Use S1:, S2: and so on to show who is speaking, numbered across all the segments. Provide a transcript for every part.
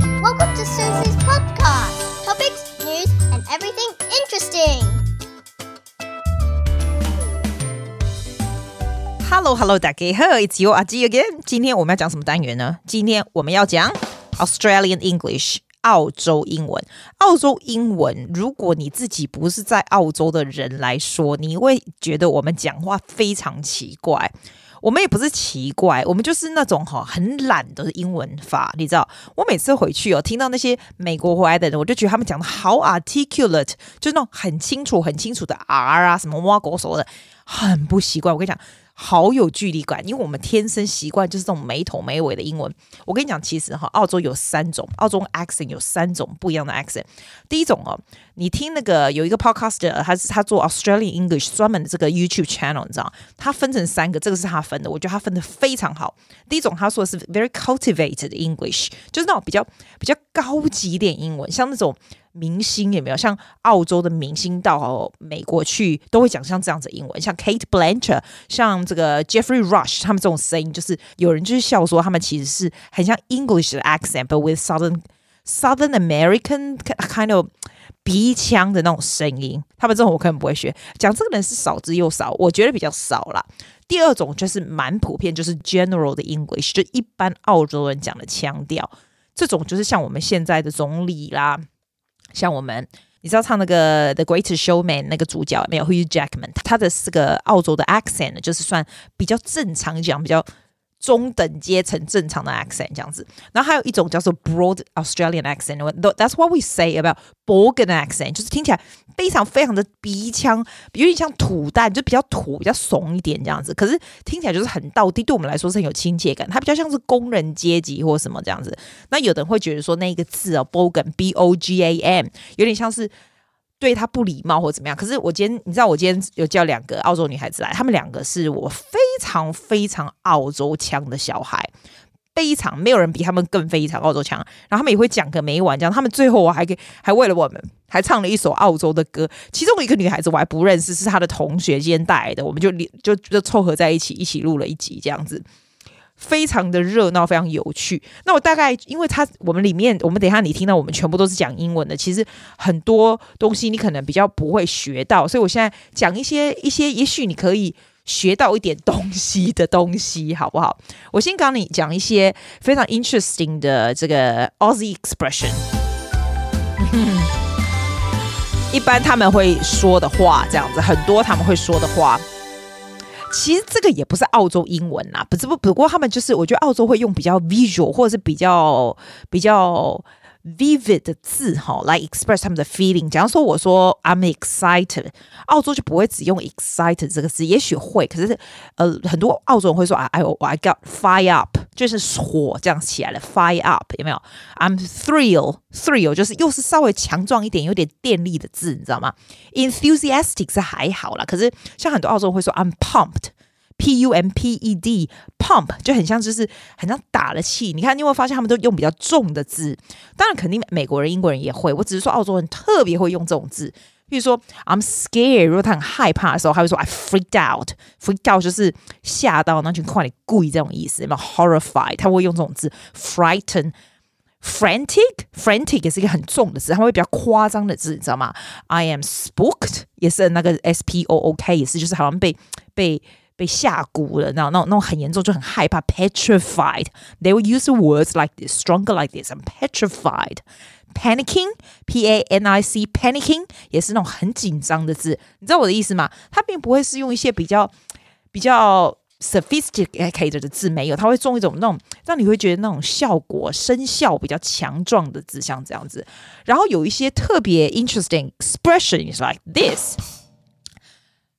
S1: to Susie's podcast. Topics, news, and everything interesting.
S2: Hello Hello，大家好，It's your 阿 G again。今天我们要讲什么单元呢？今天我们要讲 Australian English。澳洲英文，澳洲英文，如果你自己不是在澳洲的人来说，你会觉得我们讲话非常奇怪。我们也不是奇怪，我们就是那种哈很懒的英文法，你知道？我每次回去哦，听到那些美国回来的人，我就觉得他们讲的好 articulate，就是那种很清楚、很清楚的 R 啊，什么挖狗手的，很不习惯。我跟你讲，好有距离感，因为我们天生习惯就是这种没头没尾的英文。我跟你讲，其实哈，澳洲有三种，澳洲 accent 有三种不一样的 accent。第一种哦，你听那个有一个 podcaster，他是他做 Australian English 专门的这个 YouTube channel，你知道，他分成三个，这个是他分的，我觉得他分的非常好。第一种他说的是 very cultivated English，就是那种比较比较高级一点英文，像那种。明星有没有像澳洲的明星到哦美国去都会讲像这样子的英文，像 Kate Blanchett，像这个 Jeffrey Rush，他们这种声音，就是有人就是笑说他们其实是很像 English 的 accent，but with southern Southern American kind of 鼻腔的那种声音，他们这种我可能不会学。讲这个人是少之又少，我觉得比较少啦。第二种就是蛮普遍，就是 general 的 English，就一般澳洲人讲的腔调。这种就是像我们现在的总理啦，像我们，你知道唱那个《The Greatest Showman》那个主角没有 Hugh Jackman，他的这个澳洲的 accent 就是算比较正常讲，比较中等阶层正常的 accent 这样子。然后还有一种叫做 broad Australian accent，that's what we say about Borgen accent，就是听起来非常非常的鼻腔，有点像土蛋，就比较土、比较怂一点这样子。可是听起来就是很道地，对我们来说是很有亲切感。它比较像是工人阶级或什么这样子。那有的人会觉得说那一个字哦，Bogan B O G A M，有点像是对他不礼貌或怎么样。可是我今天，你知道我今天有叫两个澳洲女孩子来，她们两个是我非常非常澳洲腔的小孩。非常没有人比他们更非常澳洲腔，然后他们也会讲个没完，这样他们最后我还给还为了我们还唱了一首澳洲的歌，其中一个女孩子我还不认识，是她的同学今天带来的，我们就就就凑合在一起一起录了一集这样子。非常的热闹，非常有趣。那我大概，因为它我们里面，我们等一下你听到我们全部都是讲英文的，其实很多东西你可能比较不会学到，所以我现在讲一些一些，也许你可以学到一点东西的东西，好不好？我先跟你讲一些非常 interesting 的这个 Aussie expression，一般他们会说的话，这样子很多他们会说的话。其实这个也不是澳洲英文啊啦，不是不不过他们就是我觉得澳洲会用比较 visual 或者是比较比较 vivid 的字哈来 express 他们的 feeling。假如说我说 I'm excited，澳洲就不会只用 excited 这个字，也许会，可是呃很多澳洲人会说啊 I I got fire up，就是火这样起来了，fire up 有没有？I'm thrill thrill 就是又是稍微强壮一点，有点电力的字，你知道吗？enthusiastic 是还好啦，可是像很多澳洲人会说 I'm pumped。P U M P E D pump 就很像，就是很像打了气。你看，你会发现他们都用比较重的字，当然肯定美国人、英国人也会。我只是说澳洲人特别会用这种字，比如说 I'm scared，如果他很害怕的时候，他会说 I freaked out。freaked out 就是吓到，那就快点故意这种意思。那么 horrified，他会用这种字，frightened。frantic frantic 也是一个很重的字，它会比较夸张的字，你知道吗？I am spooked 也是那个 S P O O K 也是，就是好像被被被吓唬了，那那那种很严重，就很害怕，petrified。They will use words like this, stronger like this. I'm petrified. Panicking, p a n i c, panicking 也是那种很紧张的字，你知道我的意思吗？它并不会是用一些比较比较 sophisticated 的字没有，它会中一种那种让你会觉得那种效果声效比较强壮的字，像这样子。然后有一些特别 interesting expression is like this。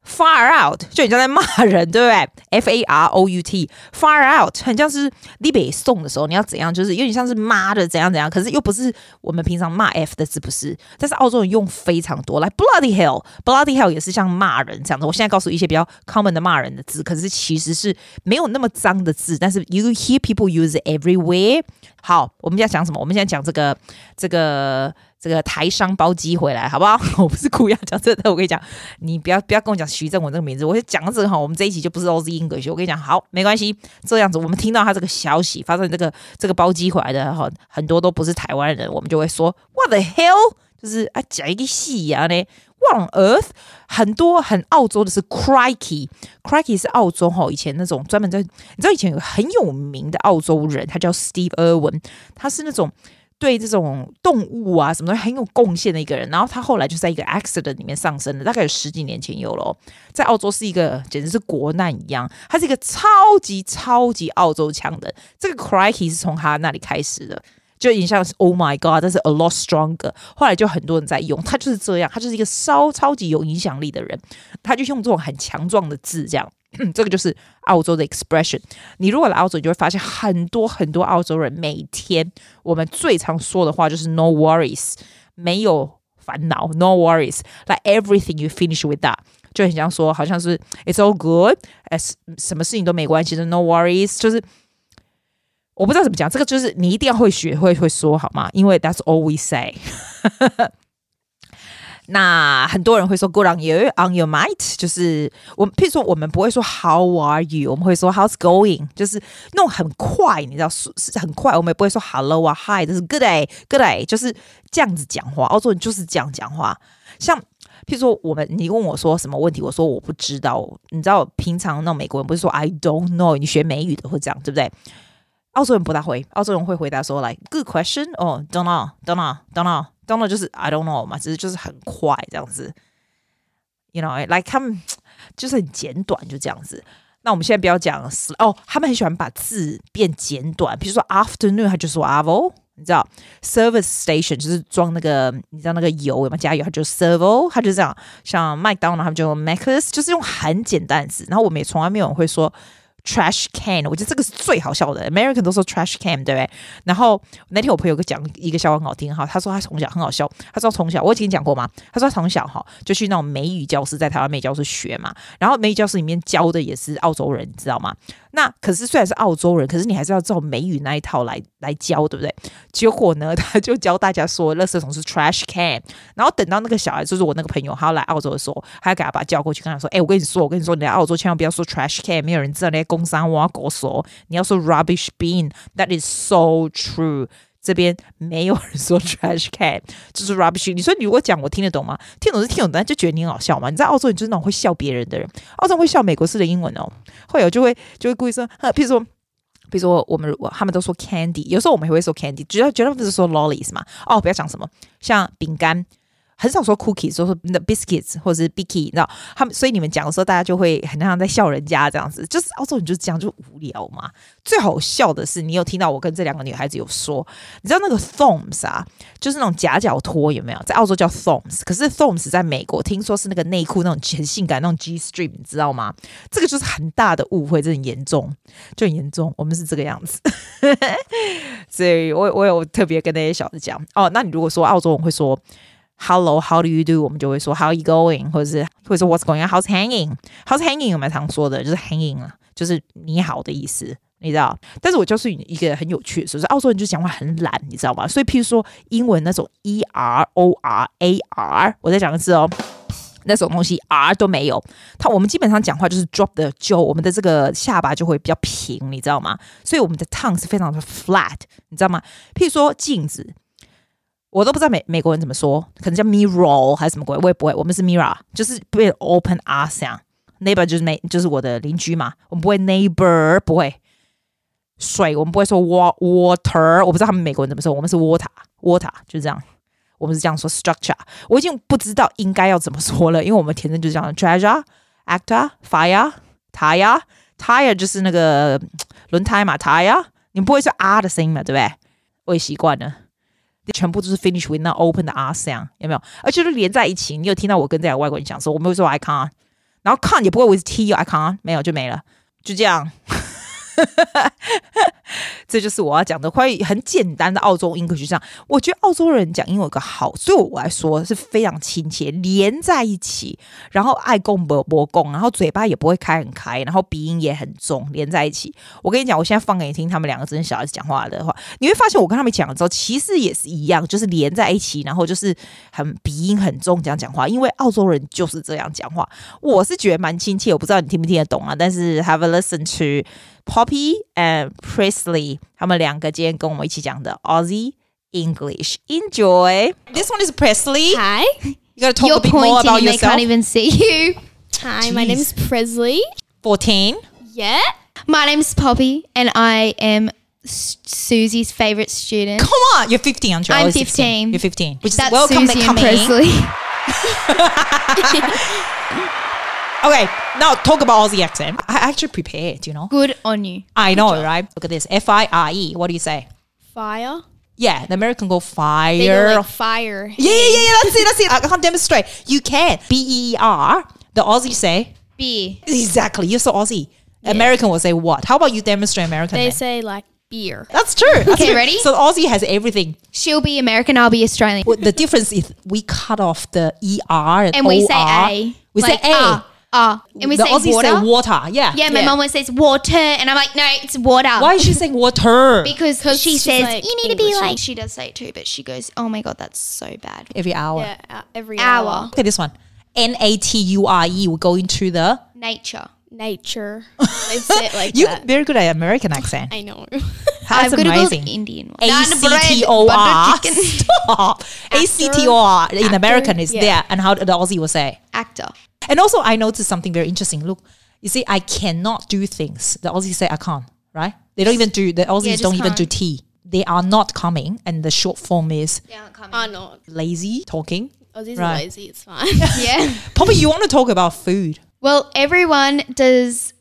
S2: Far out，就你像在骂人，对不对？F A R O U T，far out，很像是你北送的时候，你要怎样，就是有点像是妈的怎样怎样，可是又不是我们平常骂 F 的字，不是？但是澳洲人用非常多，来 bloody hell，bloody hell 也是像骂人这样的。我现在告诉一些比较 common 的骂人的字，可是其实是没有那么脏的字，但是 you hear people use it everywhere。好，我们现在讲什么？我们现在讲这个这个。这个台商包机回来，好不好？ 我不是故意要讲这个，我跟你讲，你不要不要跟我讲徐正文这个名字，我就讲到这个哈，我们这一集就不是 OZ English，我跟你讲，好，没关系，这样子我们听到他这个消息，发生这个这个包机回来的哈，很多都不是台湾人，我们就会说 What the hell？就是啊，讲一个戏呀呢。What on earth？很多很澳洲的是 Crikey，Crikey 是澳洲哈，以前那种专门在，你知道以前有个很有名的澳洲人，他叫 Steve Irwin，他是那种对这种动物啊什么东西很有贡献的一个人。然后他后来就在一个 accident 里面丧生的，大概有十几年前有了、哦。在澳洲是一个简直是国难一样，他是一个超级超级澳洲腔的。这个 Crikey 是从他那里开始的。就有点像是 Oh my God，但是 a lot stronger。后来就很多人在用，他就是这样，他就是一个超超级有影响力的人，他就用这种很强壮的字这样。 这个就是澳洲的 expression。你如果来澳洲，你就会发现很多很多澳洲人每天我们最常说的话就是 no worries，没有烦恼，no worries，like everything you finish with that。就很像说，好像是 it's all good，哎，什么事情都没关系的，no worries，就是我不知道怎么讲，这个就是你一定要会学会会说好吗？因为 that's all we say 那很多人会说 good on you, on your might，就是我们譬如说我们不会说 how are you，我们会说 how's going，就是那种很快，你知道是是很快，我们也不会说 hello 啊 hi，就是 good day，good day，就是这样子讲话。澳洲人就是这样讲话，像。譬如说，我们你问我说什么问题，我说我不知道。你知道，平常那种美国人不是说 I don't know，你学美语的会这样，对不对？澳洲人不大会，澳洲人会回答说，like good question，哦、oh,，don't know，don't know，don't know，don't know 就是 I don't know 嘛，只是就是很快这样子，you know，like 他们就是很简短，就这样子。那我们现在不要讲哦，他们很喜欢把字变简短，比如说 afternoon，他就说 avo，你知道 service station 就是装那个你知道那个油有没有加油，他就 servo，他就这样，像麦当劳他们就 macus，就是用很简单的字。然后我们也从来没有人会说。trash can，我觉得这个是最好笑的。American 都说 trash can，对不对？然后那天我朋友讲一个笑话很好听哈，他说他从小很好笑，他说从小我已经讲过嘛，他说他从小哈就去那种美语教室，在台湾美语教室学嘛，然后美语教室里面教的也是澳洲人，你知道吗？那可是虽然是澳洲人，可是你还是要照美语那一套来来教，对不对？结果呢， 他就教大家说，垃圾桶是 trash can。然后等到那个小孩，就是我那个朋友，他要来澳洲的时候，他给他把他叫过去，跟他说：“哎、欸，我跟你说，我跟你说，你来澳洲千万不要说 trash can，没有人知道那些工商挖狗手，你要说 rubbish bin。That is so true。”这边没有人说 trash can，就是 rubbish。你说你如果讲我听得懂吗？听懂是听懂，但就觉得你很好笑嘛。你在澳洲，你就是那种会笑别人的人。澳洲会笑美国式的英文哦，会有就会就会故意说， 啊、譬如说。比如说，我们我他们都说 candy，有时候我们也会说 candy，绝对绝对不是说 lollies 嘛。哦，不要讲什么，像饼干，很少说 cookies，都是 biscuits 或者是 bicky，你知道他们，所以你们讲的时候，大家就会很像在笑人家这样子。就是澳洲人就是这样，就无聊嘛。最好笑的是，你有听到我跟这两个女孩子有说，你知道那个 thoms 啊，就是那种夹脚拖有没有？在澳洲叫 thoms，可是 thoms 在美国听说是那个内裤那种很性感那种 G string，你知道吗？这个就是很大的误会，这很严重，就很严重。我们是这个样子，所以我我有特别跟那些小子讲哦。那你如果说澳洲人会说。Hello, how do you do？我们就会说 How are you going，或者是或者说 What's going on？How's hanging？How's hanging？我们常说的就是 hanging 啊，就是你好的意思，你知道？但是我就是一个很有趣的事，就是澳洲人就讲话很懒，你知道吗？所以譬如说英文那种 e r o r a r，我再讲一次哦。那种东西 R 都没有，他我们基本上讲话就是 drop the jaw，我们的这个下巴就会比较平，你知道吗？所以我们的 tongue 是非常的 flat，你知道吗？譬如说镜子，我都不知道美美国人怎么说，可能叫 mirror 还是什么鬼，我也不会。我们是 mirror，就是被 open r 响。neighbor 就是那就是我的邻居嘛，我们不会 neighbor，不会。水我们不会说 wa water，我不知道他们美国人怎么说，我们是 water water 就这样。我们是这样说 structure，我已经不知道应该要怎么说了，因为我们填正就是这样 treasure、actor、fire、tire、tire 就是那个轮胎嘛 tire，你不会说 r 的声音嘛，对不对？我也习惯了，全部都是 finish with 那 open 的 r 声，有没有？而且都连在一起，你有听到我跟这两个外国人讲说，我没有说 I can't，然后 can't 也哦不会 with t 有 I can't，没有就没了，就这样。这就是我要讲的关于很简单的澳洲 English 上，我觉得澳洲人讲英文有个好，对我来说是非常亲切，连在一起，然后爱共不不共，然后嘴巴也不会开很开，然后鼻音也很重，连在一起。我跟你讲，我现在放给你听，他们两个真的小孩子讲话的话，你会发现我跟他们讲了之后，其实也是一样，就是连在一起，然后就是很鼻音很重这样讲话，因为澳洲人就是这样讲话。我是觉得蛮亲切，我不知道你听不听得懂啊，但是 have a listen to Poppy and Presley，他们两个今天跟我们一起讲的 Aussie。English. Enjoy. This one is Presley.
S3: Hi.
S2: You gotta talk
S3: You're
S2: a bit more about
S3: pointing and they
S2: yourself.
S3: can't even see you.
S1: Hi, my
S2: Jeez.
S1: name's Presley.
S2: 14.
S1: Yeah?
S3: My name's Poppy and I am S- Susie's favourite student.
S2: Come on, you're 15, aren't you?
S3: I'm
S2: I was 16.
S3: 15.
S2: You're 15. Which
S3: That's
S2: is welcome
S3: Susie
S2: to
S3: and
S2: coming.
S3: Presley.
S2: Okay, now talk about Aussie accent. I actually prepared, you know.
S3: Good on you.
S2: I know, right? Look at this. F I R E. What do you say?
S4: Fire.
S2: Yeah, the American go fire.
S4: They go like fire.
S2: yeah, yeah, yeah, yeah. That's it. That's it. I can't demonstrate. You can. B E R. The Aussie say
S3: Beer.
S2: exactly. You're so Aussie. American will say what? How about you demonstrate American?
S4: They
S2: then?
S4: say like beer.
S2: That's true. That's
S3: Okay,
S2: true.
S3: ready?
S2: So Aussie has everything.
S3: She'll be American, I'll be Australian.
S2: But the difference is we cut off the er and,
S3: And we say
S2: OR.
S3: A.
S2: We
S3: Like,
S2: say a.
S3: Ah, ah. And we
S2: the
S3: say
S2: Aussies
S3: water.
S2: say water. Yeah.
S3: yeah, my mom always says water. And I'm like, no, it's water.
S2: Why is she saying water?
S3: Because she
S4: she's
S3: says,
S4: like
S3: you need to be
S4: English.
S3: like. She does say it too, but she goes, oh my God, that's so bad.
S2: Every hour.
S4: Yeah, uh, every hour.
S3: Hour.
S2: Look at this one. N A T U R E. We're going to the.
S3: Nature.
S4: Nature. they say it like
S2: You're
S4: that.
S2: very good at American accent.
S4: I know.
S2: That's
S3: I've got a
S2: amazing.
S3: good Indian one.
S2: A
S3: Naan
S2: C
S3: bread,
S2: T O R.
S3: butter chicken.
S2: Stop. A C T O R. In American is
S4: yeah.
S2: there. And how the Aussie will say.
S3: Actor.
S2: And also, I noticed something very interesting. Look, you see, I cannot do things. The Aussies say I can't, right? They don't even do, the Aussies
S3: just
S2: don't even do
S3: can't.
S2: tea. They are not coming. And the short form is
S3: They aren't coming.
S4: I know.
S2: lazy talking.
S4: Aussies
S2: Right.
S4: are lazy. It's fine.
S3: yeah.
S2: Poppy, you want to talk about food?
S3: Well, everyone does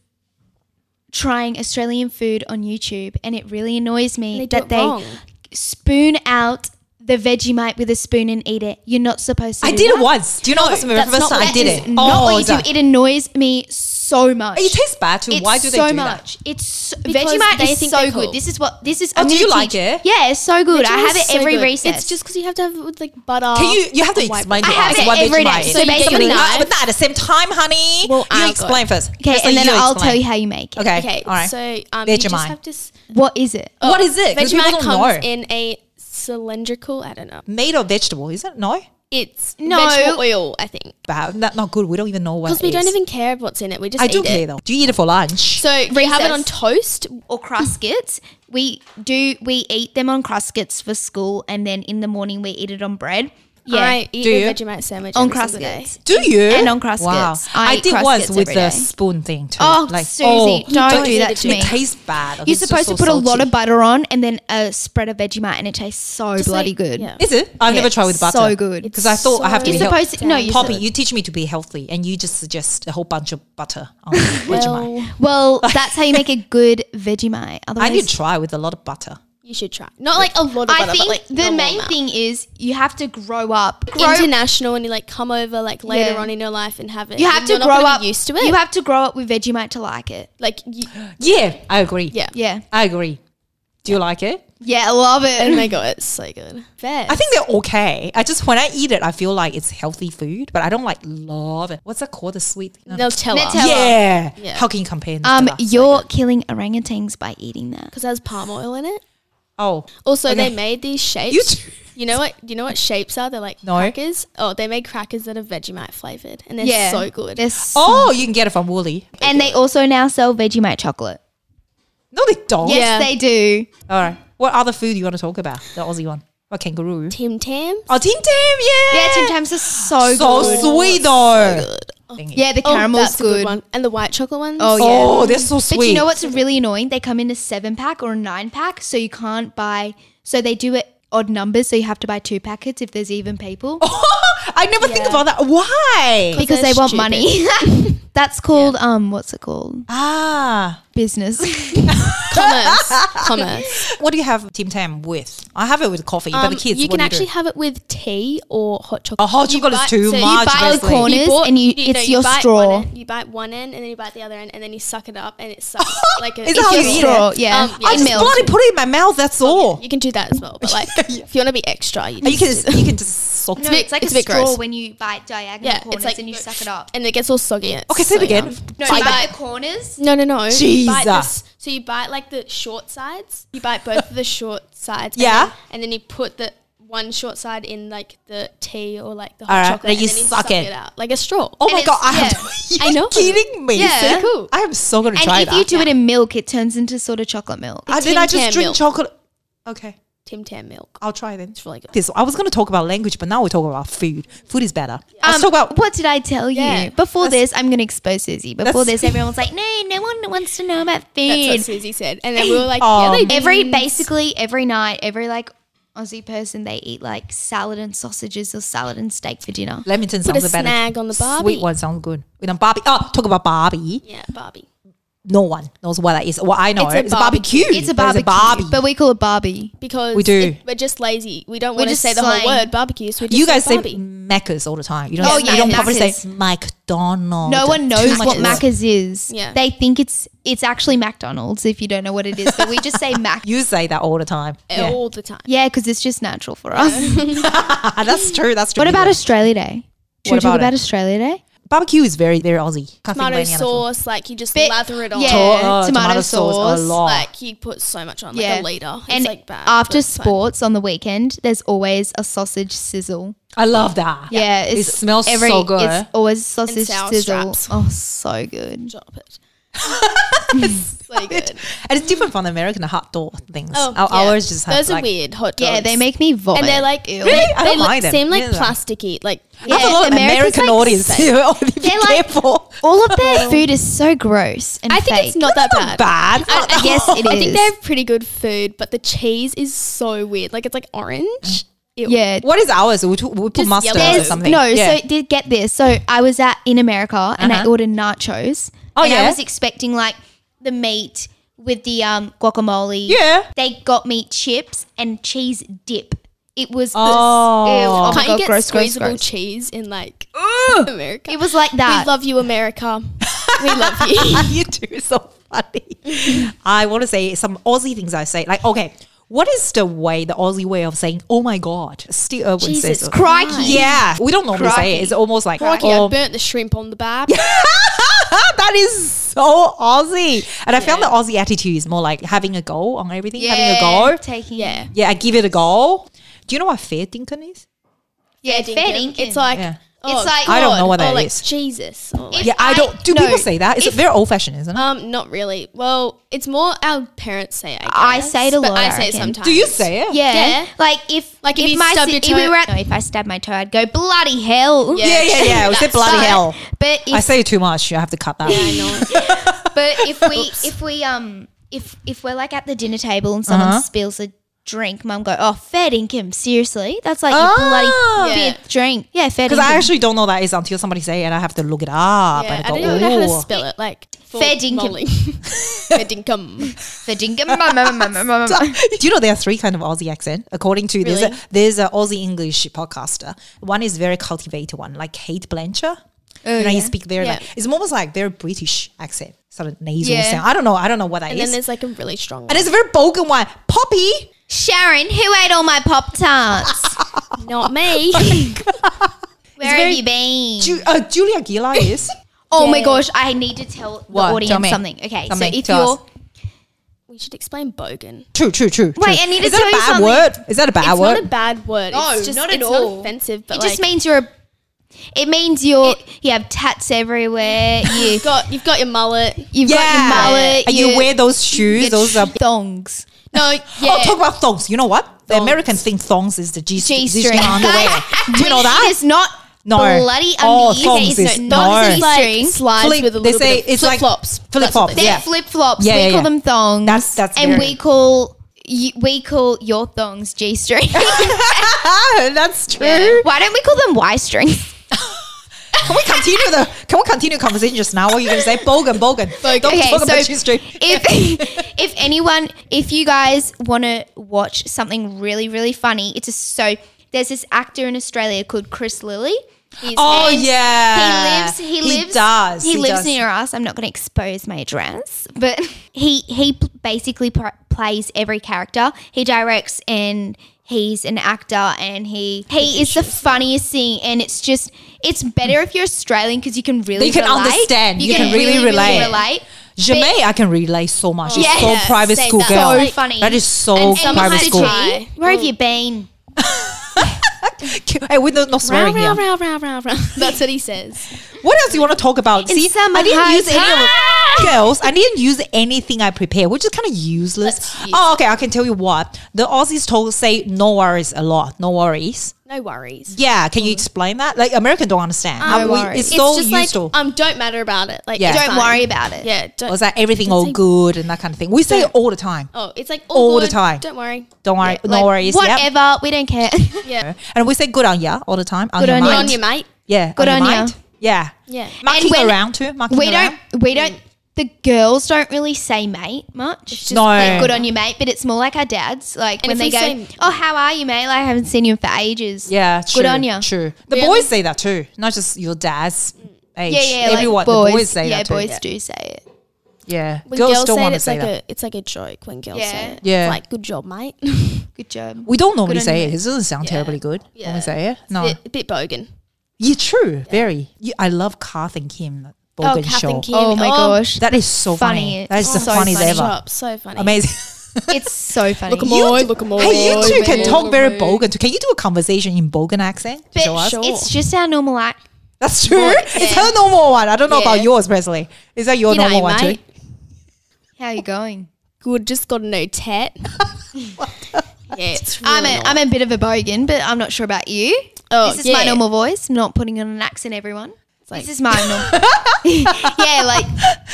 S3: trying Australian food on YouTube, and it really annoys me
S4: They do
S3: that
S4: it
S3: they
S4: wrong.
S3: spoon out the Vegemite with a spoon and eat it. You're not supposed to.
S2: I
S3: do
S2: did it
S3: that.
S2: once. Do you know that's the
S3: That's
S2: first
S3: not
S2: time I
S3: what-
S2: did
S3: that
S2: it?
S3: is Not what you
S2: is that-
S3: do. It annoys me so much.
S2: It tastes bad too.
S3: It's
S2: Why do they
S3: so
S2: do that?
S3: much? It's so,
S4: Because
S3: Vegemite
S4: they
S3: is
S4: think
S3: so
S4: they're
S3: good.
S4: cool.
S3: This is what this is.
S2: Oh,
S3: I'm
S2: do
S3: gonna
S2: you like
S3: teach-
S2: it?
S3: Yeah, it's so good. I
S4: Vegetables
S3: have
S4: are
S3: it
S4: so
S3: every
S4: good.
S3: recess.
S4: It's just because you have to have it with like butter.
S2: Can you? You have to
S4: and white
S2: explain
S4: bread.
S2: to
S3: I have
S2: us
S3: it
S2: what
S3: every
S2: Vegemite
S3: day.
S2: is.
S3: So
S2: You get
S3: basically-
S2: your knife, but not at the same time, honey.
S4: Well,
S2: you
S4: I'll
S2: explain first.
S3: Okay,
S2: Firstly,
S3: and then
S2: you
S3: I'll
S2: explain.
S3: tell you how you make it.
S2: Okay.
S4: Okay,
S2: All right.
S4: so um, you just
S2: Vegemite.
S4: have to. s-
S3: What is it?
S2: What is it? 'Cause people
S4: Vegemite
S2: don't
S4: comes
S2: know.
S4: in a cylindrical. I don't know.
S2: Made of vegetable, is it? No.
S4: It's
S3: No.
S4: vegetable oil. I think
S2: Bad. Not, not good. We don't even know what.
S4: because
S2: it
S4: we don't
S2: is.
S4: even care what's in it. We just
S2: I
S4: eat
S2: do
S4: it.
S2: care though. Do you eat it for lunch?
S4: So we have it on
S3: Recess.
S4: toast.
S3: or cruscuts. We do we eat them on cruscuts for school, and then in the morning we eat it on bread. Yeah,
S4: I eat
S2: Do you?
S4: a Vegemite sandwich
S3: on
S4: every single day.
S3: cruscuts.
S2: do you?
S3: and on crust
S2: Wow.
S3: kits. I
S2: I,
S3: eat
S2: did
S3: crust
S2: once
S3: kits
S2: with
S3: every
S2: the
S3: day.
S2: spoon thing too.
S3: Oh, Susie, don't
S4: do that to me.
S2: It tastes bad.
S3: You're
S2: It's just
S3: supposed
S2: so
S3: to put a lot
S2: salty.
S3: of butter on, and then a spread of Vegemite, and it tastes so
S4: Just
S3: bloody
S4: like-
S3: good.
S4: yeah.
S2: Is it? I've
S3: Yeah,
S2: never tried with butter.
S3: so good.
S2: Because I thought I have to
S3: You're
S2: be healthy.
S3: supposed to no. You're
S2: Poppy,
S3: supposed-
S2: you teach me to be healthy, and you just suggest a whole bunch of butter on Vegemite.
S3: well, that's how you make a good Vegemite.
S2: I
S3: Otherwise,
S2: need to try with a lot of butter.
S4: You should try. Not like a lot of butter,
S3: I think
S4: but like
S3: the
S4: normal
S3: main
S4: amount.
S3: thing is you have to grow up. Grow,
S4: international and you like come over like later
S3: Yeah.
S4: on in your life and have it.
S3: you have
S4: and
S3: to
S4: you're not
S3: grow
S4: gonna
S3: up.
S4: be used to it.
S3: You have to grow up with Vegemite to like it.
S4: like you,
S2: Yeah, I agree.
S4: yeah.
S3: Yeah,
S2: I agree. Do you like it?
S3: yeah, I love
S4: Oh
S3: it.
S4: my god, it's so good. Fair.
S2: I think they're okay. I just when I eat it, I feel like it's healthy food, but I don't like love it. What's that called? The sweet. No.
S4: Nutella.
S3: Nutella.
S2: Yeah.
S4: Yeah.
S2: How can you compare?
S3: Um,
S2: Nutella?
S3: you're killing orangutans by eating that.
S4: because it has palm oil in it.
S2: oh,
S4: Also,
S2: Okay.
S4: they made these shapes.
S2: you.
S4: You,
S2: T-
S4: know what? You know what shapes are? They're like
S2: No.
S4: crackers. Oh, they made crackers that are Vegemite flavored, and they're
S3: yeah,
S4: so good.
S3: They're so
S2: oh, you can get it from Woolly.
S3: And they also now sell Vegemite chocolate.
S2: No, they don't.
S3: Yes,
S4: Yeah.
S3: they do.
S2: All right. What other food you want to talk about? The Aussie one. What kangaroo?
S4: Tim Tam.
S2: Oh, Tim Tam. Yeah.
S3: Yeah, Tim Tams are so,
S2: So
S3: good.
S2: sweet though.
S3: Yeah, the
S4: Oh,
S3: caramel's
S4: that's a
S3: good.
S4: one. And the white chocolate ones.
S3: Oh, yeah.
S2: Oh, they're so sweet.
S3: But you know what's really annoying? They come in a seven pack or a nine pack, so you can't buy. So they do it odd numbers, so you have to buy two packets if there's even people
S2: I never think about that. Why?
S3: because
S4: they're
S3: they want
S4: stupid.
S3: money. That's called um what's it called?
S2: Ah,
S3: Business.
S4: Commerce. Commerce.
S2: what do you have Tim Tam with? I have it with coffee, but the
S4: Um,
S2: kids.
S4: you
S2: what
S4: can
S2: do
S4: actually
S2: do?
S4: have it with tea or hot chocolate.
S2: Oh, hot chocolate is
S4: bite-
S2: too
S4: so you
S2: much.
S4: bite the
S2: Leslie.
S3: corn- Corners and you- it's your
S4: bite one
S3: straw.
S4: end- you bite one end and then you bite the other end and then you suck it up and it sucks like a,
S2: Is that how
S3: Your
S2: you eat
S3: straw,
S2: it?
S3: yeah.
S4: Um, yeah.
S2: I
S4: in
S2: just
S4: milk.
S2: bloody put it in my mouth. That's all.
S4: You can do that as well. But like, if you want to be extra, you,
S2: And you can
S4: just
S2: just, you can just soak
S3: No,
S2: it.
S3: it's like
S4: it's
S3: a,
S4: a bit
S3: straw
S4: gross.
S3: when you bite diagonal
S4: yeah,
S3: corners
S4: it's like
S3: and you suck it up.
S4: and it gets all soggy. and it's
S2: Okay, say it
S4: so
S2: again.
S4: yum.
S3: No,
S4: So
S3: you
S4: you
S3: bite
S4: bite-
S3: the corners.
S4: No, no, no. You
S2: Jesus.
S4: bite this- so you bite like the short sides. You bite both of the short sides. and
S2: Yeah.
S4: then- And then, you put the one short side in like the tea or like the hot
S2: Alright,
S4: chocolate.
S2: then you
S4: and then you
S2: suck
S4: suck
S2: it.
S4: it. out like a straw.
S2: Oh my
S3: it's-
S2: god! I
S3: yeah.
S2: have.
S4: I
S2: You're
S4: know.
S2: kidding me.
S3: Yeah.
S4: So cool.
S2: I am so gonna
S3: And
S2: try
S3: if
S2: that.
S3: you do it in milk, it turns into sort of chocolate milk.
S2: I then I
S4: tin
S2: just
S4: can
S2: drink
S4: milk.
S2: chocolate. Okay,
S4: Tim Tam milk.
S2: I'll try then.
S4: It's really good.
S2: This I was gonna talk about language, but now we're talking about food. Food is better. Let's talk
S3: Um,
S2: about.
S3: what did I tell
S4: Yeah.
S3: you? Before this, I'm going to expose Susie. Before
S2: That's-
S3: this, everyone's like, no, no one wants to know about
S4: That's what
S3: food.
S4: Susie said. And then we were like,
S2: Oh.
S4: yeah, they do.
S3: Every, basically, every night, every like Aussie person, they eat like salad and sausages or salad and steak for dinner.
S2: Leamington
S4: Put a
S2: sounds better.
S4: snag on the Barbie.
S2: Sweet one sounds good. With a Barbie. Oh, talk about Barbie.
S4: Yeah, Barbie.
S2: No one knows what that is. Well, I know
S4: It's
S2: it.
S4: a
S2: it's a barbecue.
S3: It's a
S2: but
S3: barbecue.
S2: Barbie.
S3: But we call it Barbie.
S4: Because
S2: We do.
S4: it- we're just lazy. We don't want to
S3: just
S4: say the
S3: slang.
S4: whole word barbecue. So we just
S2: you guys say
S4: say Barbie.
S2: Macca's all the time. You don't.
S3: Oh,
S2: you
S3: yeah,
S2: don't probably
S3: Macca's.
S2: say McDonald's.
S3: No one
S2: Oh, Too
S3: knows
S2: much
S3: what
S2: work.
S3: Macca's is.
S4: Yeah.
S3: They think it's it's actually McDonald's if you don't know what it is, but we just say Mac.
S2: You say that all the time. Yeah.
S4: all the time.
S3: Yeah, because it's just natural for us.
S2: that's true. That's true.
S3: what about Australia Day? Should
S2: What
S3: we talk
S2: about
S3: about
S2: it?
S3: Australia Day?
S2: barbecue? Is very very Aussie. Can't think of
S4: Tomato
S2: any other food.
S4: sauce, like you just
S3: Bit-
S4: lather it on.
S3: yeah,
S2: Oh, uh,
S3: tomato sauce,
S2: a lot.
S4: Like you put so much on, like a liter. It's
S3: and
S4: like bad. but
S3: after
S4: it's fine.
S3: sports on the weekend, there's always a sausage sizzle.
S2: I love that.
S3: Yeah,
S2: it smells
S3: every-
S2: so good.
S3: It's always sausage
S4: sour
S3: sizzle.
S4: straps.
S3: Oh, so good.
S4: Drop it. so good.
S2: and it's different from the American hot dog things.
S4: Oh,
S2: Our-
S4: yeah.
S2: Ours just have
S4: Those
S2: like,
S4: are weird hot dogs.
S3: Yeah, they make me vomit.
S4: and they're like ew.
S2: Really? I
S4: they
S2: don't
S4: look-
S2: mind them.
S4: Seem like
S2: Neither.
S4: plasticky. Like
S2: I have a
S3: Yeah,
S2: lot of
S3: America's
S2: American
S3: like
S2: audience.
S3: fake.
S2: here. Only Be
S3: They're like-
S2: careful.
S3: all of their food is so gross and
S4: I think
S3: fake.
S4: it's not that
S2: Not
S4: bad.
S2: bad. It's
S4: I,
S2: not
S4: I
S2: that
S3: Yes, it
S4: I think
S3: is.
S4: they have pretty good food, but the cheese is so weird. Like it's like orange. Ew.
S3: yeah,
S2: What is ours? We, t- we put
S4: Just
S2: mustard
S4: yellow.
S2: or
S3: There's,
S2: something.
S3: no,
S2: Yeah.
S3: so did get this. So I was at in America and I
S2: Uh-huh.
S3: ordered nachos.
S2: Oh,
S3: and I
S2: yeah?
S3: was expecting like the meat with the um guacamole.
S2: Yeah.
S3: They got me chips and cheese dip. It was
S2: Oh.
S3: Ew, oh my
S4: Can't
S3: God,
S4: you get
S3: gross, gross,
S4: squeezable
S3: gross.
S4: cheese in like America?
S3: It was like that.
S4: We love you, America. we love you.
S2: you two are so funny. I want to say some Aussie things I say. Like, okay, what is the way, the Aussie way of saying, oh my God? uh, Steve Irwin says
S4: Jesus
S2: it.
S3: Crikey.
S2: Yeah, we don't normally say it.
S3: Crikey.
S2: It's almost like,
S4: Crikey,
S2: oh,
S4: I burnt the shrimp on the bab.
S2: that is so Aussie. And I found the Aussie attitude is more like having a go on everything, having a go.
S3: Taking
S4: yeah.
S2: Yeah, I give it a go. Do you know what fair dinkin is?
S3: Yeah,
S4: Dinkum.
S3: fair dinkum.
S4: It's like,
S2: Yeah.
S4: oh,
S3: It's like-
S4: God,
S3: I
S2: don't know what
S4: or
S2: that
S4: like
S2: is.
S4: Jesus. Or like,
S3: If
S2: Yeah, I, don't. Do
S3: no,
S2: people say that? It's
S3: if-
S2: very old fashioned, isn't it?
S4: um, not really. Well, it's more our parents say. I, guess,
S3: I say it a
S4: but
S3: lot,
S4: I
S3: I
S4: say it
S3: reckon.
S4: sometimes.
S2: Do you say it?
S3: Yeah.
S4: Yeah.
S3: Like if
S4: Like if you
S3: my
S4: stub
S3: si-
S4: your
S3: if we
S4: toe-
S3: were at- no, if I stabbed my toe, I'd go bloody hell.
S4: Yeah.
S2: Yeah, yeah, yeah. We say bloody
S3: But-
S2: hell.
S3: But if
S2: I say it too much. I have to cut that.
S4: I know.
S3: But if we if we um if if we're like at the dinner table and someone
S2: Uh-huh.
S3: spills a drink, mum go, oh fair dinkum, seriously? That's like
S2: Oh.
S3: your bloody
S4: Yeah.
S3: big drink. Yeah, fair
S2: Because I
S3: dinkum.
S2: actually don't know that is until somebody say it and I have to look it up.
S4: Yeah,
S2: and
S4: I
S2: I go,
S4: don't even know how
S2: "Ooh."
S4: to spell it. Like
S3: Fair dinkum.
S4: Fair dinkum.
S3: Fair dinkum. mum, mum, mum, mum, mum, mum, mum.
S2: Do you know there are three kind of Aussie accent? According to there's
S4: Really?
S2: a there's an Aussie English podcaster. One is very cultivated one, like Kate Blanchard. you know, he speak very
S4: Yeah.
S2: like it's almost like very British accent, sort of nasal
S3: Yeah.
S2: sound. I don't know. I don't know what that
S4: And
S2: is.
S4: then there's like a really strong
S2: and it's a very broken one. Poppy.
S3: Sharon, who ate all my pop tarts?
S4: one. Not me.
S3: Where have
S2: very-
S3: you been?
S2: Ju- uh, Julia Gillard is.
S3: oh my
S4: Yeah.
S3: gosh, I need to tell the
S2: What?
S3: audience
S2: Tell me.
S3: something. Okay,
S2: Tell me.
S3: so if
S2: Tell
S3: you're
S2: us.
S4: we should explain bogan.
S2: True, true, true. true.
S3: Wait, I need to
S2: is that
S3: tell you
S2: a bad
S3: something.
S2: word? Is that a bad
S4: it's
S2: word?
S4: not a bad word.
S3: No,
S4: it's just,
S3: not at
S4: it's
S3: all.
S4: Not offensive, but
S3: it
S4: like,
S3: just means you're a it means you're you have tats everywhere. You
S4: you've got you've got your mullet.
S3: you've
S2: yeah.
S3: got your mullet.
S2: And you, wear those shoes.
S3: your
S2: Those uh, are
S3: thongs.
S4: No, yeah.
S2: Oh, talk about thongs. You know what? The Americans think thongs is the G
S3: G
S2: string
S3: string.
S2: underwear. Do you know that?
S3: It's not
S2: No.
S3: bloody
S2: Oh,
S3: undies.
S2: thongs is
S3: no,
S2: no.
S3: thongs is
S2: It's
S4: like
S3: string.
S4: slides
S2: Flip-
S4: with a
S2: they
S4: little
S2: say
S4: bit of
S2: it's like
S4: flip flops.
S2: flip flops.
S3: They're
S2: Yeah.
S3: flip flops.
S2: Yeah,
S3: we
S2: yeah,
S3: call
S2: yeah.
S3: them thongs.
S2: That's- that's
S3: and
S2: very-
S3: we call you, we call your thongs G string.
S2: Ah, that's true.
S3: Why don't we call them Y strings?
S2: Can we continue the Can we continue conversation just now? What are you going to say? Bogan, bogan. Don't
S3: okay,
S2: talk
S3: so
S2: about you straight.
S3: if if anyone, if you guys want to watch something really really funny, it's a so there's this actor in Australia called Chris Lilly. He's-
S2: Oh,
S3: and
S2: yeah.
S3: he lives. He
S2: He
S3: lives.
S2: does,
S3: He,
S2: he
S3: lives
S2: does.
S3: near us. I'm not going to expose my address, but he he p- basically pr- plays every character. He directs and he's an actor, and he he is the funniest thing. And it's just it's better if you're Australian because you can really
S2: You can
S3: relate.
S2: understand. You can really relate. Jamie, I can relay so much. It's
S3: Yeah,
S2: so
S3: yeah,
S2: private
S1: say
S2: school,
S1: that.
S2: girl.
S3: So funny.
S2: That is so
S3: And
S4: some
S2: private
S4: had
S3: Suji,
S4: to
S2: school.
S4: try.
S3: Where have you been?
S2: Hey, we're not not swearing here.
S4: row, row, row, row. That's what he says.
S2: What else do you want to talk about?
S3: In
S2: See,
S3: summer
S2: I didn't use any of
S3: house.
S2: girls. I didn't use anything I prepared, which is kind of useless.
S4: That's
S2: Oh, okay. I can tell you what the Aussies told say no worries a lot. No worries.
S4: No worries.
S2: Yeah, can you explain that? Like American don't understand. How
S3: worries.
S2: it's so
S4: it's just
S2: used to.
S4: like um, don't matter about it. Like
S2: Yeah.
S4: it's
S3: Don't
S4: fine.
S3: worry about it.
S4: Yeah, don't.
S2: was that everything
S4: Don't
S2: all
S4: say-
S2: good and that kind of thing? We say it all the time.
S4: Oh, it's like
S2: All
S4: all
S2: the
S4: good,
S2: time.
S4: Don't worry.
S2: Don't worry, no
S3: Like,
S2: worries. Yep.
S3: Whatever, we don't care.
S4: Yeah,
S2: And we say good on ya all the time.
S3: Good
S2: your
S3: on ya.
S4: good
S2: mind.
S4: on you, mate.
S2: Yeah.
S3: Good
S2: your
S3: on ya.
S2: mind. Yeah.
S4: Yeah.
S2: Mucking
S3: when-
S2: around too. Mucking
S3: we
S2: around.
S3: don't. We don't. The girls don't really say mate much. Mm. It's
S2: No. like,
S3: good on you, mate. But it's more like our dads, like
S4: And
S3: when
S4: if
S3: they
S4: we
S3: go,
S4: say-
S3: "Oh, how are you, mate? Like I haven't seen you for ages."
S2: Yeah, true.
S3: Good on you.
S2: True. The
S4: Really?
S2: boys say that too, not just your dad's age.
S3: Yeah, yeah.
S2: Everyone,
S3: like boys,
S2: the boys say
S3: yeah,
S2: that too.
S3: boys
S2: yeah,
S3: do say it.
S2: Yeah.
S4: When
S2: girls,
S4: girls,
S2: don't
S4: say it,
S2: want to
S4: it's
S2: say
S4: like
S2: that.
S4: a it's like a joke when girls
S3: Yeah.
S4: say it.
S2: Yeah.
S4: It's like good job, mate.
S3: Good job.
S2: we don't normally
S3: on
S2: say
S3: you.
S2: it. It doesn't sound terribly good when we
S4: Yeah.
S2: say it. No.
S4: bit, bit bogan.
S2: yeah, true. Very. You, I love Kath and Kim, that Bogan
S4: Oh, Kath
S2: show.
S4: and Kim.
S3: Oh my
S4: Oh,
S3: gosh,
S2: That is so funny.
S3: Funny.
S2: That is the
S3: So
S2: funniest
S3: funny.
S2: ever.
S4: Shop, so funny.
S2: Amazing.
S3: it's so funny.
S4: Look 'em all, look 'em all.
S2: Hey, you two can
S4: Bogan.
S2: talk very Bogan too. Can you do a conversation in Bogan accent? to
S3: But
S2: show us?
S4: sure.
S3: It's just our normal act.
S2: That's true. It's her normal one. I don't know about
S4: Yeah.
S2: yours, Presley. Is that your
S4: G'day,
S2: normal one
S4: mate.
S2: too?
S3: How you going?
S4: Good, just got a new tat. yeah, it's really
S3: I'm a,
S4: not.
S3: I'm a bit of a bogan, but I'm not sure about you.
S4: Oh,
S3: this is my
S4: yeah.
S3: normal voice. I'm not putting on an accent, everyone.
S4: like-
S3: this is my normal. yeah, like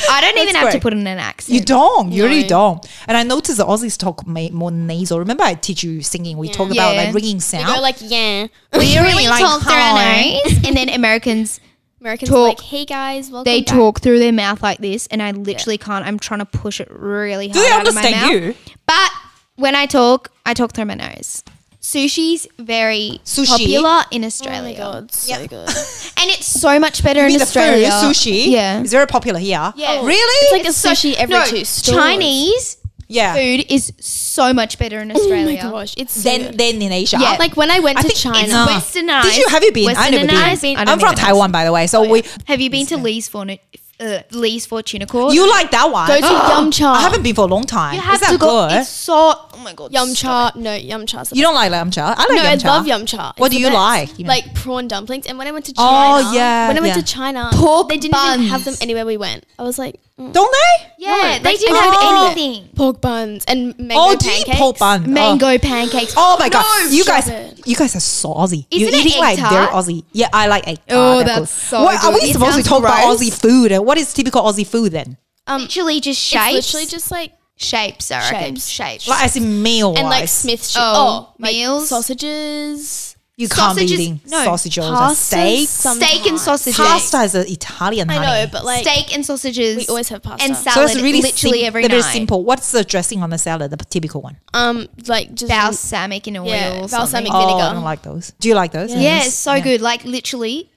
S3: I don't even have to
S2: great.
S3: put on an
S2: You
S3: accent.
S2: don't. You really
S4: No.
S2: don't. And I noticed the Aussies talk ma- more nasal. Remember, I teach you singing. We talk about
S3: Yeah.
S2: like ringing
S4: They go
S2: sound.
S4: like yeah.
S3: we really
S2: like
S3: talk through our
S2: hi.
S3: nose, and then Americans
S4: Americans
S3: Talk.
S4: are like, hey guys, welcome.
S3: they
S4: back."
S3: talk through their mouth like this, and I literally can't. I'm trying to push it really hard.
S2: Do they
S3: out of my
S2: understand
S3: mouth.
S2: you?
S3: But when I talk, I talk through my nose. Sushi's very
S2: Sushi?
S3: popular in
S4: Oh my
S3: Australia,
S4: god, so good.
S2: Oh
S3: and it's so much better
S2: I
S3: in
S2: mean, the
S3: Australia.
S2: food, sushi,
S3: yeah.
S2: is very popular here.
S3: Yeah. Oh.
S2: Really?
S4: It's like a
S3: So-
S4: sushi every
S3: no,
S4: two stores.
S3: Chinese
S2: yeah.
S3: food is so much better in
S4: Oh my
S3: Australia.
S4: gosh, it's so
S2: Then,
S4: good.
S2: then in Asia.
S3: Yeah.
S4: like when I went
S2: I
S4: to
S2: think it's-
S4: China.
S2: Ah.
S3: Westernized.
S2: Did you have you been? I never
S3: Westernized.
S2: been.
S3: I don't Oh,
S2: I'm from
S3: even know.
S2: Taiwan, by the way. So we,
S3: Have you been to Lee's Fortune? Uh, Lee's Fortuna Court.
S2: you like that one?
S4: Go to Yum Cha.
S2: I haven't been for a long time.
S3: You have
S2: is that
S3: to go.
S2: good?
S3: It's so. Oh my god.
S4: Yum
S3: stop.
S4: Cha. No, Yum Cha's the
S2: You don't like yum cha? I like
S4: no,
S2: yum
S4: I
S2: cha.
S4: love yum cha.
S2: What
S4: It's
S2: do you
S4: the best.
S2: like? You mean-
S4: Like prawn dumplings. And when I went to
S2: Oh,
S4: China,
S2: yeah,
S4: when I went
S2: yeah.
S4: to China,
S3: Pork
S4: they didn't even have them
S3: buns.
S4: anywhere we went. I was like, mm,
S2: Don't they?
S3: Yeah,
S4: No,
S3: they
S4: like
S3: didn't
S2: Oh.
S3: have anything.
S4: pork buns and mango
S2: Oh, do you eat
S4: pancakes.
S2: pork bun? Oh.
S3: Mango pancakes.
S2: Oh my god, you
S4: stop
S2: guys,
S4: it.
S2: you guys are so Aussie. You're
S3: Isn't it
S2: eating like
S3: egg
S2: very
S3: tart?
S2: Aussie. Yeah, I like egg.
S3: Oh,
S2: tart,
S3: that's so
S2: What are
S3: good.
S2: we
S3: It
S2: supposed to
S3: sounds
S2: talk about
S3: gross.
S2: Aussie food? And what is typical Aussie food then?
S4: Um, it's
S3: Literally just shapes.
S4: literally just like
S3: shapes. I reckon
S4: Shapes.
S3: shapes.
S2: Like as in meal
S4: and like
S2: wise.
S4: Smith shit.
S3: Oh,
S4: Oh, like
S3: meals.
S4: sausages.
S2: you can't be
S3: sausages-
S2: eating
S3: no,
S2: sausage rolls and
S4: pastas,
S2: steaks.
S4: some-
S3: steak and
S4: sometimes.
S3: sausages.
S2: Pasta is an Italian.
S4: I
S2: Honey.
S4: know, but like
S3: steak and sausages.
S4: We always have pasta.
S3: and
S4: So it's
S2: so
S3: salad.
S2: it's really
S3: literally
S2: sim-
S3: every
S2: they're very
S3: night.
S2: simple. What's the dressing on the salad? The typical one.
S4: um, like just
S3: Balsamic in a
S4: Yeah,
S3: oil. or
S4: balsamic
S3: something.
S4: vinegar.
S2: Oh, I don't like those. Do you like those?
S3: Yeah, it's so good. Like literally.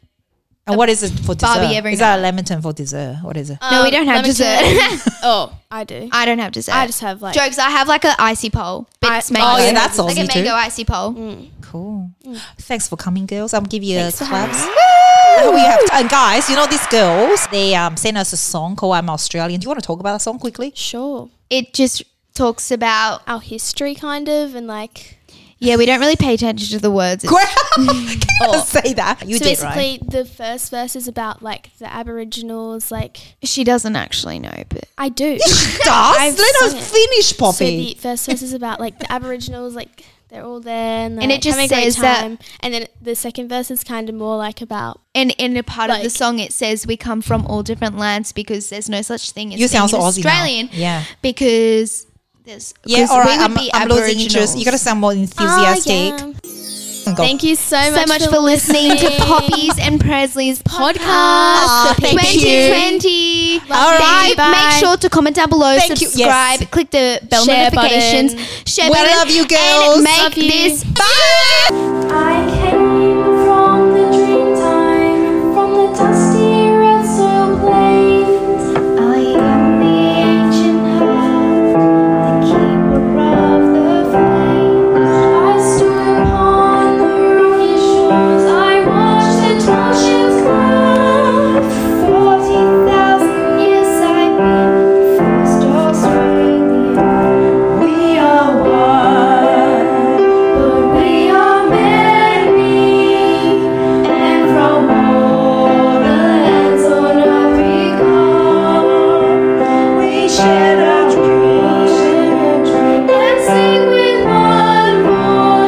S2: And what is it for dessert?
S3: Barbie every
S2: is that a Leamington for dessert? What is it?
S4: Uh,
S3: No, we don't have
S4: lemon
S3: dessert.
S4: curd. oh, I do.
S3: um, I don't have dessert.
S4: I just have, like-
S3: jokes. I have like an icy pole, but
S4: I-
S3: it's mango.
S4: oh, yeah,
S2: that's
S3: like a
S2: Aussie too.
S3: mango icy pole.
S4: Mm.
S2: Cool. Thanks for coming, girls. I'll give you a
S4: for
S2: claps. I hope you have and guys, you know these girls, they um sent us a song called I'm Australian. Do you want to talk about that song quickly?
S4: Sure,
S3: It just talks about
S4: our history kind of and like
S3: yeah. We don't really pay attention to the words. It's-
S2: Can't say that. You
S4: Oh. so
S2: did right.
S4: basically the first verse is about like the Aboriginals. Like
S3: She doesn't actually know, but
S4: I do.
S2: Does? Let
S4: sung
S2: us
S4: it.
S2: finish,
S4: So
S2: Poppy.
S4: the first verse is about like the Aboriginals, like they're all there and,
S3: And it
S4: like,
S3: just
S4: having a great
S3: says that-
S4: time. And then the second verse is kind of more like about
S3: and in a part of the
S4: Like-
S3: song it says we come from all different lands because there's no such thing as
S2: You
S3: being
S2: sound so Aussie now.
S3: Australian.
S2: Yeah.
S3: because there's
S2: yeah, all right. I'm,
S3: be
S2: I'm losing interest. You gotta sound more enthusiastic.
S4: Oh, Ah, yeah. Oh, Thank you so,
S3: so much for listening to Poppy's and Presley's podcast.
S4: Podcast.
S1: Thank you.
S3: 2020.
S2: All right,
S3: Thank-
S4: bye.
S3: Make sure to comment down below,
S2: Thank you.
S3: subscribe,
S2: Yes.
S3: click the bell
S4: Share
S3: notifications,
S4: button.
S3: share
S2: We
S3: button,
S2: love you, girls.
S3: and make
S4: Love you.
S3: this
S5: I came from the dreamtime, from the dusty red soil plains. I am the ancient hand, the keeper of the flames. I stood upon the rocky shores. I watched the tall ships grow. Forty thousand years I've been first Australia. We are one. But we are many, and from all the lands on earth we come. We share our dreams and sing with one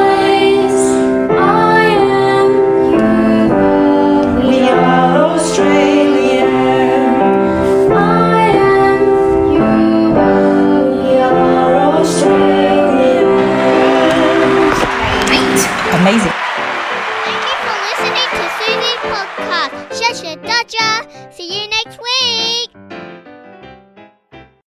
S5: voice. I am you. We are Australian. I am you. We are Australian.
S2: Amazing.
S1: Thank you for listening to Susie's podcast. Shasha Dodger. See you next week.